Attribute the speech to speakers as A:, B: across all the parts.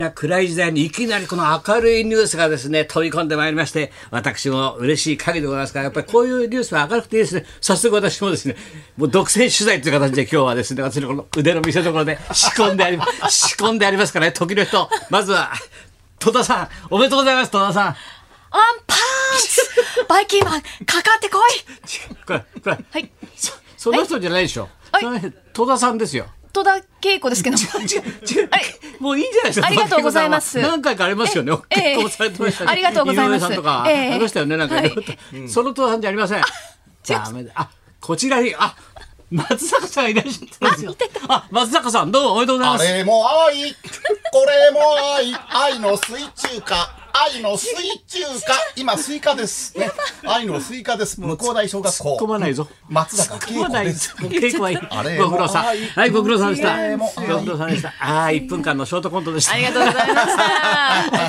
A: いや暗い時代にいきなりこの明るいニュースがですね飛び込んでまいりまして私も嬉しい限りでございますからやっぱりこういうニュースは明るくていいですね早速私もですねもう独占取材という形で今日はですね私のこの腕の見せ所で仕込んであります 仕込んでありますからね時の人まずは戸田さんおめでとうございます戸田さん
B: アンパンツ バイキンマン、かかってこ い
A: これこれ、
B: はい。
A: そその人じゃないでしょ、
B: はい
A: その人戸田さんですよ
B: 戸田恵子ですけども。
A: 違う
B: はい
A: もういいんじゃないですか。
B: ありがとうございます
A: 何回かありますよね。
B: ええ
A: 結婚されてましたね
B: ありがとうございます
A: 井上さんとか、
B: ええ
A: ありましたよね。なんか、
B: はい
A: いろいろとその父さんじゃありま せん。ダメだ。あ、こちらに、あ、松坂さんいらっしゃったんですよ。あ、松坂さん、どうもおめでとうございま
C: あ
A: す。
C: れも愛、これも愛、愛の水中華、愛の水中華、今スイカですね。愛のスイカです。向こう大小学
A: 突っ込ま
C: 校。
A: ないぞ。
C: 松坂
A: 突っ込
C: 慶
A: まな
C: 子
A: い
C: で
A: ぞ
C: す。。
A: 稽古はいい
C: あれ。
A: ご苦労さん。
C: もう
A: はい、ご苦労さんでした。
C: あれも
A: ご苦労さんでした。あー、一分間のショートコントでした。
B: ありがとうございました。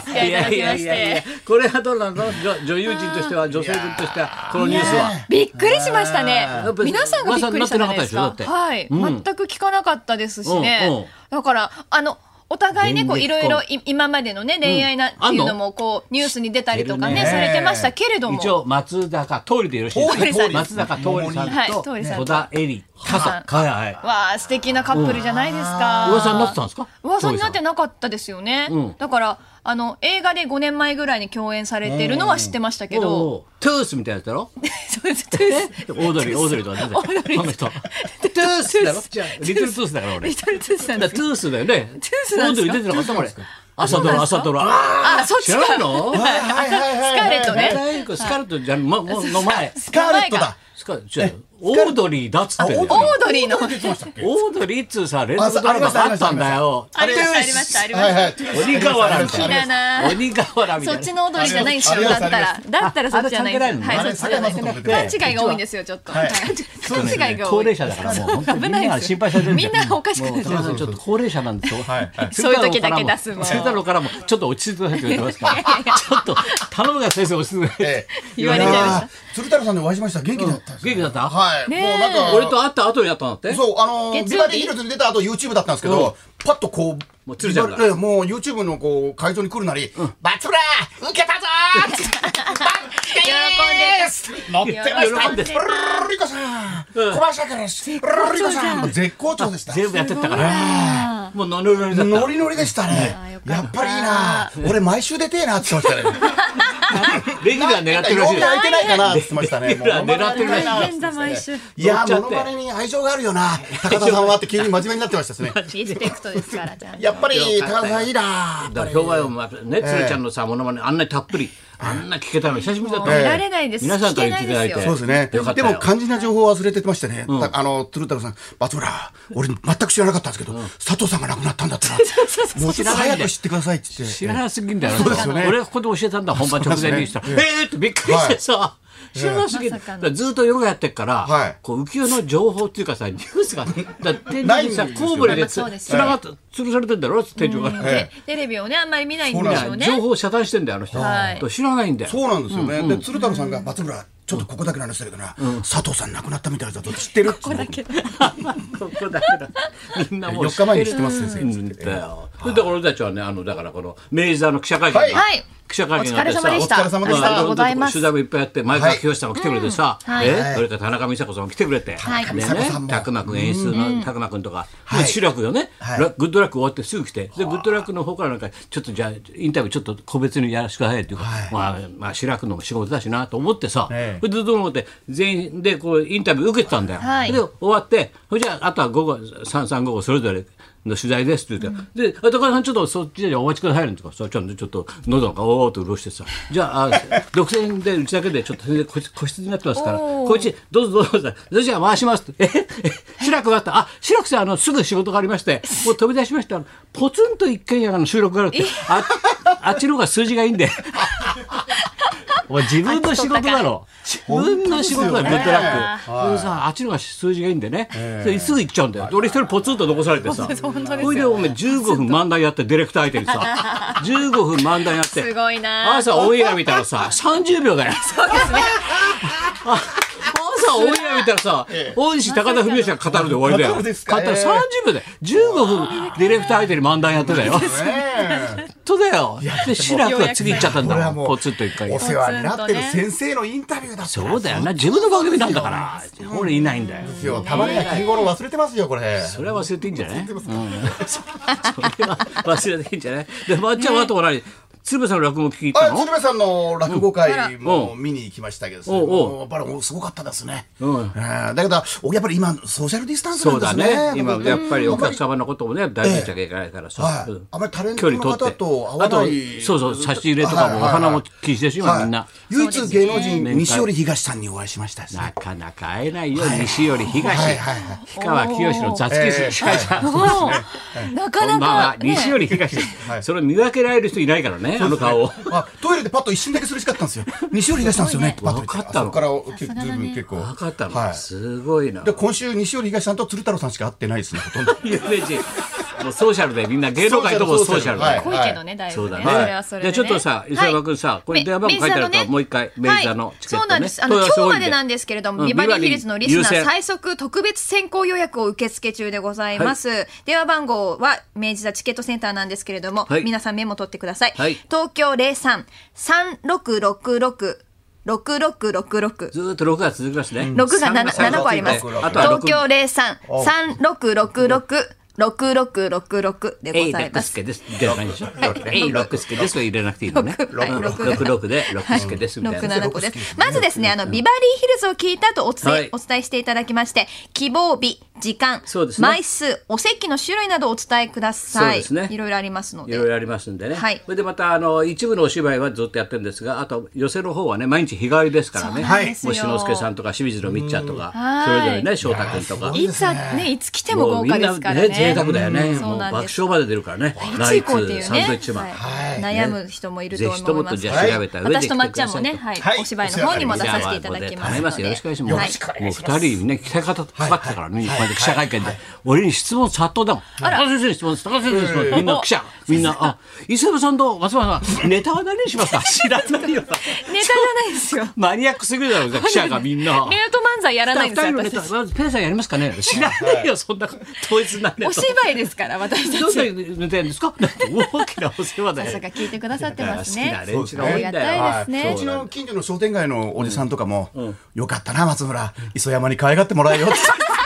B: お付き合いいただきまして。
A: これはどうなの女女優陣としては女性陣としてはこのニュースは。
B: びっくりしましたね
A: やっぱ。り
B: 皆さんがびっくりしたじゃないです
A: 噂にな
B: か
A: って。なかった
B: は
A: でし
B: い、
A: ょだってうん
B: 全く聞かなかったですしね。
A: うんうん
B: だから、あの、お互いね、こう
A: 電撃
B: いろ
A: 婚
B: いろい今までのね、恋愛なって
A: あん
B: い
A: の
B: うのも、こう、ニュースに出たりとか
A: 知って
B: ね、
A: るね
B: されてましたけれども。
A: 一応松坂通りでよろしいです
B: 通りさん
A: 松坂通りさん
B: はい
A: と
B: 通りさん
A: 戸田恵梨香さん。はいはい。
B: わあ素敵なカップルじゃないですか、
A: うん噂になってたんですか
B: 噂になってなかったですよね、
A: うん
B: だからあの映画で5年前ぐらいに共演されてるのは知ってましたけ
A: おう
B: ど、
A: おうトゥースみたいなやつだろ
B: そうですトゥース
A: オードリー、オードリーとは
B: オードリー
A: この人。トゥースだろじゃあリトルトゥースだから俺。
B: リ
A: だ
B: トルトゥースさん
A: からト
B: です
A: ゥースだよね。
B: トゥースな
A: オ
B: ん
A: ード
B: です
A: リ
B: か
A: ー出てなかったこれ。朝ド
B: そう
A: ラ、
B: なんですか
A: 朝ドラ。あ
B: あそっ
A: ー知
B: ち
A: ら
B: か
A: ないの
C: はいはいはいはい。
B: スカーレットね
A: 戸田恵梨香スカルトじゃん、ま、もうの前。
C: スカーレットだ。
A: スカルト違うよ、オードリーだっつってんだよ
C: あオード
B: オードリーの
A: オードリーっつうさ、連続ドラマがあったんだよ。
B: ありましたありましたありま
C: は
B: し
C: い
B: た
C: はい。
A: 鬼瓦み
B: 好
A: た
B: き
A: いな。
B: だな
A: 鬼瓦みたい
B: そ
A: な
B: っ。ちのオードリーじゃないんですよ
C: あ
B: だ
C: ありま
B: っ
C: す
B: た
C: あり
B: らだったらそっちじゃないんで
A: あれ
B: す
A: 関係ない
B: は
A: の
B: いそっちじゃないん
C: あれ
B: です勘違いが多いんですすよちょっと
C: はい
B: 勘違いが
A: 高
B: 多
A: 齢
B: い
A: 者だからもう本当にみ
B: 危
A: ん
B: ない
A: なが
B: です
A: 心配されてる
B: みんなおかしくなっ
A: もう
B: ち
A: 田中
B: ゃう
A: さんちょっと高齢者なんですよ
C: はいはい
B: そういう時だけ出すもん
A: 鶴太郎からも鶴太郎からもちょっと落ち着いてくださいって言われてますからちょっと頼むから先生落ち着いてください
C: ええ
B: 言われちゃいました
C: やー鶴太郎さんにお会いしました。元気だったんですよ。
A: 元気だった
C: はい。もう
B: ねえ
C: なんか、
A: 俺と会った後にやったんだって
C: そう、あのー、
B: 月
C: ビ
B: 曜
C: バ
B: 日
C: リーヒルズに出た後 YouTube だったんですけど、パッとこう、
A: もう鶴ちゃんが
C: ビバリーもう YouTube のこう、会場に来るなり、バツブラー受けたぞーバッキーす乗ってました
B: 喜んで
C: ルルルリコさん小林明ですルルリコさん絶好調でした。
A: 全部やってったからもうノリノリだった
C: ノリノリでしたね。やっぱりいいな俺毎週出てえなって言ってましたね。
A: レギュラー狙ってるらしい
C: なんか曜日
A: です
C: 空いてないかなって言ってましたね。もう
A: 狙ってるらしい
B: 大変だ毎週
C: いや
A: 乗
C: ー、
A: っちゃ
C: モ
A: っ
C: ノ
A: て
C: マネに愛情があるよな。高田さんはって急に真面目になってましたですね。
B: リスペクトですからちゃんと
C: やっぱり高田さんいいな
A: だから評判をまたね、鶴ちゃんのさ、ものまね、あんなにたっぷり、あんな聞けたの、久しぶりだったの
B: もう見られないです
A: 皆さんから言っていただいて。
B: 聞けな
C: そうですね。
A: よかった
C: で
A: よ
C: も肝心な情報を忘れてましてね。たあの、鶴太郎さん、松村、俺全く知らなかったんですけど、佐藤さんが亡くなったんだったら、 もうちょっと早く知ってくださいって言って。
A: 知らなすぎんだよ、
C: そうですよね
A: 俺がここで教えたんだ、本番直前にしたら。えーってびっくりしてさ。知らなすぎる
B: ま
A: だ
B: さ
A: か
B: から
A: ずっとヨガやってっから、
C: はい
A: こう浮世の情報っていうかさニュースがだって
C: ないん
A: さ
C: ですよ
A: コウブレでつ
B: まあそうです
A: つながって吊るされてんだろ天井が、
B: でテレビをねあんまり見ないん
C: そう
B: で
C: な
B: しょ
C: ん
B: うね
A: 情報を遮断してんだよあの人、
B: はい
A: と知らないんだよ
C: そうなんですよね。で、鶴太郎さんが、松村、ちょっとここだけなんですけどな、佐藤さん亡くなったみたいだと知ってる ここだけ。
A: ここだからみんなもう
C: 4日前に知ってます先生
A: んだよ。それで俺たちはねあのだからこの明治座の記者会見が、
C: はい
B: はい
A: 記者会見があってさ
B: お疲れ様でした
C: お疲れ様でした
B: ありがとうございます
A: 取材もいっぱいやって前川清さんも来てくれてさ、
B: はい
A: え
C: はい
A: それから田中美佐子さんも来てくれて、
B: はい
A: でね
C: 田中美佐子さんも
A: 拓磨君演出の拓磨君とか、
C: はい
A: で主力よね、
C: はい
A: ラグッドラック終わってすぐ来てでグッドラックの方からなんかちょっとじゃあインタビューちょっと個別にやらせてくださいっていうか、
C: はい
A: まあまあ白くのも仕事だしなと思ってさ、
C: ええ
A: それでどう思って全員でこうインタビュー受けてたんだよ。
B: はい
A: で終わってそれじゃああとは午後三三午後それぞれの取材ですって言って、で高田さんちょっとそっちでお待ちくださいなんて言うからさちゃんとちょっと喉がおーっと 潤してさじゃああ独占でうちだけでちょっと先生個室個室になってますから
B: おー
A: こっちどうぞどうぞそれじゃあ回しますってええ白くなったあ白くさんあのすぐ仕事がありまして もう飛び出しましたポツンと一軒家の収録があるってああっちの方が数字がいいんで。お前自分の仕事だろ自分の仕事だよグッドラック、それでさあっちのが数字がいいんでね、それすぐ行っちゃうんだよ、で俺一人ポツンと残されてさほいでお前15分漫談やってディレクター相手にさ15分漫談やって
B: すごい な
A: 朝オンエア見たらさ30秒だよそうですね朝オンエア見たらさ、恩師高田文雄さんが語るで終わりだよ。
C: ま
A: 語
C: さ
A: る
C: かですか
A: 30秒だよ。15分ディレクター相手に漫談やってたよ。
C: ねえ
A: とだよ。で、志らくは次行っちゃったん
C: これ
A: だ
C: は
A: も
C: も
A: ん。
C: う
A: ポツンと一回。
C: お世話になってる先生のインタビューだった
A: そうだよな。自分の番組なんだから。俺いないんだよ。
C: よたまには日頃忘れてますよこれ
A: それは忘れていいんじゃない、うん、それは忘れていいんじゃないで、まっちゃんはあとは何、鶴瓶さんの落語聞いた
C: あ
A: の
C: 鶴瓶さんの落語会も
A: う
C: 見に行きましたけどですね、
A: おうおう
C: もやっぱりすごかったですね、
A: うん
C: えーだけどおやっぱり今ソーシャルディスタンスな
A: そ
C: ん
A: う
C: で
A: だ
C: すね
A: ね。今、やっぱりお客
C: やっ
A: 様のこともね、大事にしなきゃいけないからさ
C: はい。
A: うん
C: あまりタレン
A: 距離
C: トの
A: 取
C: 方
A: って。
C: と会
A: あ
C: わな
A: と
C: い、
A: そうそう、差し入れとか
C: はい
A: も
C: はい
A: お
C: はい
A: 花も禁止ですよ、
C: はい
A: みんな。
C: 唯一芸能人、
A: ね
C: 西織東さんにお会いしましたですね
A: なかなか会えないよ、西より東
C: はいはいはい。
A: 氷川きよしの雑記
C: え
A: す
C: え
A: 司会者。
B: おーなか
A: こんば
B: なん
A: は
B: か、、
A: 西より東
C: は。い
A: それ見分けられる人いないからね、あの顔を。
C: あトイレでパッと一瞬だけすれ違ったんで すよ。西寄り出したんですよね。パッと言
A: わかったの
C: そこからずいぶん結構。
A: 分かった
C: は
A: の。
C: い。
A: すごいな。
C: で今週西寄り東さんと鶴太郎さんしか会ってないですね。ほと んど。
A: 有名人。もうソーシャルでみんな芸能界ともソーシャル
C: は
A: で。
B: 濃いけどね、だい
A: そ
B: ぶ
A: うだ
B: ね。
A: ね。
B: それはそれ
A: じゃ
B: で
A: あ
B: ね。
A: ちょっとさ、磯山君さ、これ電話番号書いてあるから、
B: め
A: もう一回、メーザのチケットね。
B: はいそうなんです。あの、今日までなんですけれども、ビバリーヒルズのリスナー
A: 最
B: 最速特別先行予約を受付中でございます。電話番号は明治座チケットセンターなんですけれども、
A: はい
B: 皆さんメモ取ってください。
A: はい
B: 東京零三三六六六六六六六
A: ずーっと6が続きますね。
B: 六が七
A: 三
B: 七個あります。
A: あとは
B: 東
A: 六
B: 京零三三六六六六六六六で
A: え
B: ご
A: い、
B: ざ
A: ロッ
B: い
A: ク
B: ま
A: ス
B: す。
A: ケです。じゃないでしょ。えい、ロックスケですは入れなくていいのね。
B: 六はい六
A: 六六で、ロックスケですみたい
B: 六
A: な。
B: 七個です。まずですね、あのビバリーヒルズを聞いたとお伝え、
A: はい
B: お伝えしていただきまして、希望日、時間、
A: そうですね
B: 枚数、お席の種類などをお伝えください。
A: そうですね
B: いろいろありますの
A: い
B: で
A: ろい。ろありますんでね。
B: はい
A: それでまたあの一部のお芝居はずっとやってるんですが、あと寄せの方はね毎日日替わりですからね。
B: そうなん
A: もう
B: ですよ
A: 篠介さんとか清水のみっちゃんとか
B: は、い
A: それぞれね翔太君とか。
B: いつあねいつ来ても豪華ですか
A: も
B: ら
A: うみ
B: ね。
A: んな贅沢だよね。
B: うん
A: も
B: そう
A: う
B: なん
A: 爆
B: です。
A: 笑まで出るからね。
B: い
A: ナ
B: つ
A: イ
B: 行こうっ
A: ツ
B: ていう
A: サンドイ
B: ね
A: ッチマン。
B: はい悩む人もいると
A: ぜ
B: 思い
A: ひ
B: ます
A: ともとじゃあ調べた上で来
B: 私
A: て
B: と
A: く
B: まっ
A: だ
B: ちゃん
A: さ
B: も
A: い
B: ね、
A: と。
B: はい、
C: はい
B: お芝居の方にも出させていただき
A: じゃあ頼みま
B: ますの
A: す
B: で。
A: よろしくお願いし
B: は
A: ます。もう二人ね、北方かかってたからね、こうやって記者会見で、俺に質問殺到だもん。高瀬先生に質問です、高瀬先生に質問です、みんな記者、みんな、あ、磯山さんと松原さん、ネタは何にします か知らないよ。
B: ネタじゃないですよ。
A: マニアックすぎるだろう、記者がみんな
B: レ。アウト漫才やらないん
A: 二
B: です
A: 人
B: よ、
A: のネタ、
B: 私たち。
A: まずペーさんやりますかね知らないよ、そんな、統一なんで。
B: お芝居ですから、私 たち。
A: どういうネタやるんですかなんて大きなお世話だ
B: まさ
A: よ
B: か。聞いてくださってますね。
A: 好きな連中が
B: あ
A: 多い
B: り
A: ん
B: が
A: だよ
B: たいです
C: はい、う
B: ね。
C: ちの近所の商店街のおじさんとかも、よかったな松村磯山に可愛がってもらえよって どっ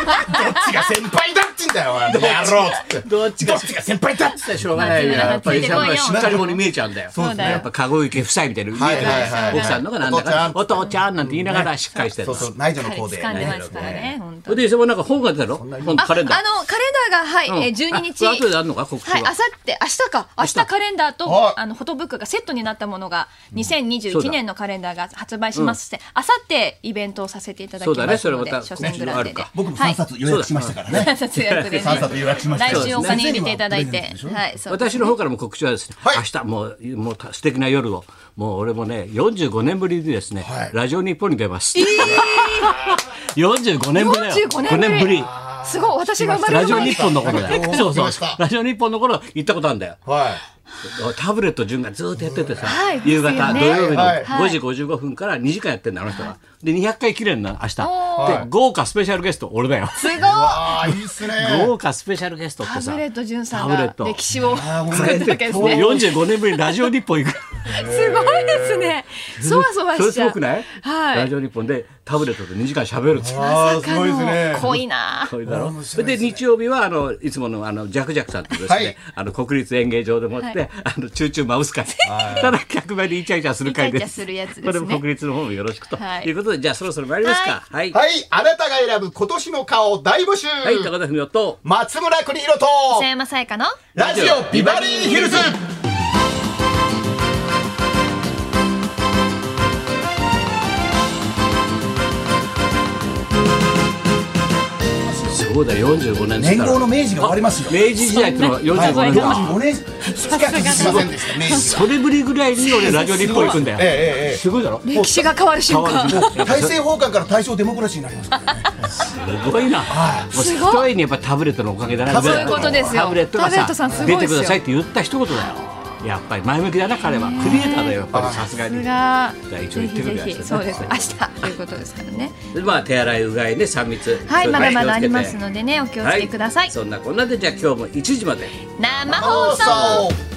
C: ちが先輩だって言うんだよお前野郎っつって
A: どっちが
C: どっちが先輩だっつって
A: しょうがないよ。やっぱり石原がしっかり者に見えちゃうんだよ。
B: うだよ
A: やっぱ籠池夫妻みたいな見えて
C: はいはいは
A: ないい。奥さんのがなんだか、お
C: お
A: 父ちゃんなんて言いながらしっかりしてる
C: そ
A: の
C: う。そう内助の
B: はい
C: 子で
B: 掴んでますからね、本
A: そ
B: 当
A: れ。で、磯村なんか本が出たろ本
B: あ、あ
A: カレン
B: の、
A: ダー
B: カレン。ダーが、はい、えー、12日。
A: あとであるのか、告知
B: はい、あ
A: は。
B: さって、明日か、明日カレンダー
C: はい
B: と、あの、フォトブックがセットになったものが、
A: そうだ
B: 2021年のカレンダーが発売しますして、あさってイベントをさせていただき
A: そう
B: ます
A: だ
B: の
A: ね
B: で、
A: それまた
B: 初戦グランデで
A: 告知もあるか。
C: 僕も3冊予約しましたからね、
B: 3冊予約でね。
C: 三冊予約しました
B: 来週お金入れていただいて
C: そうですね、
B: はい、そうです
A: 私の方からも告知はですね、
C: はい
A: 明日もう、もう素敵な夜を、もう俺もね、45年ぶりにですね、
C: はい
A: ラジオ日本に出ます。45年ぶりだよ。
B: 45年ぶり
A: 五
B: すごい、私が生まれ
A: ラ
B: る
A: ジオ
B: 前
A: 日
B: に。
A: 本の頃だ
C: お
A: よ。
C: ー
A: そうそう
C: 来ました。
A: ラジオ日本の頃行ったことあるんだよ。
C: はい
A: タブレット順がずーっとやっててさ、
B: はい
A: 夕方、
B: で
A: 土
B: すよね
A: 曜日の
C: はい
A: 5時55分から2時間やってんだ、あの人は。で、200回切れるの、明日。
B: ー
A: で、豪華スペシャルゲスト、俺だよ。
B: すごい
C: ああいいっすね
A: 豪華スペシャルゲストって
B: タ
A: さ、
B: ブレット潤さん
A: タブレッ
B: が
A: ト
B: 歴史を
C: あーご
B: 作
C: め
B: っ
C: ん
B: たわけです
A: もう
B: ね。
A: 45年ぶりにラジオ日本行く。
B: すごいですね。そわそわ
A: それす
B: しちゃ
A: ご
B: う。
A: くない、
B: は
A: ラ
B: い。
A: ジオ日本でタブレットと2時間喋るって。
C: あーすごいです
B: あ
C: ね
B: の濃いな。
A: こういうだろ
C: 面
A: それ
C: 白い
A: で
C: ですね
A: 日曜日はあのいつものあのジャクジャクさんとですね、
C: はい
A: あの国立演芸場でもって、
B: はい
A: あのチューチューマウス会、ただ客前でイチャイチャする会です
B: イチャイチャするやつですね
A: これも国立の方もよろしくと、
B: はい
A: い、うことでじゃあそろそろ参りますかはい、はい
C: はいあなたが選ぶ今年の顔大募集、
A: 高田文夫と
C: 松村邦弘と
B: 磯山さやかの。
C: ラジオビバリーヒルズ
A: そうだ45年です
C: 年
A: から
C: 号の明治が終わりますよ
A: 明治時代ってのは
C: はい
A: 45年だ、
C: 45年近くしませんでした明治
A: それぶりぐらいに俺ラジオ日本行くんだよ
C: ええええええ
A: すごいだ ろ
B: 歴史が変わる瞬間。
C: が大政奉還から大正デモクラシーになりましたからね
A: すごいな。もう
B: すごい
A: 一重にやっぱタブレットのおかげだな。
C: タブレットそういうこと
B: ですよ
A: タブレットが
B: タブレットさ
A: さ
B: んすご、い
A: 出
B: です
A: て
B: よ
A: くださいって言った一言だよ。やっぱり前向きだな彼は。クリエイターだよやっぱりさすが
B: それ
A: に。
B: が。
A: じゃあ一応
B: ぜ
A: 行って
B: ひ
A: くるやつ
B: ぜひ。そうです。明日ということですからね。
A: まあ手洗いうがいね三密。
B: はい、
A: それ
B: ま
A: から
B: だまだありま
A: 気をつ
B: す
A: けて
B: のでね、お気をつけください
A: は。そんなこんなでじゃあ今日も1時まで。
B: 生放送。
C: 放送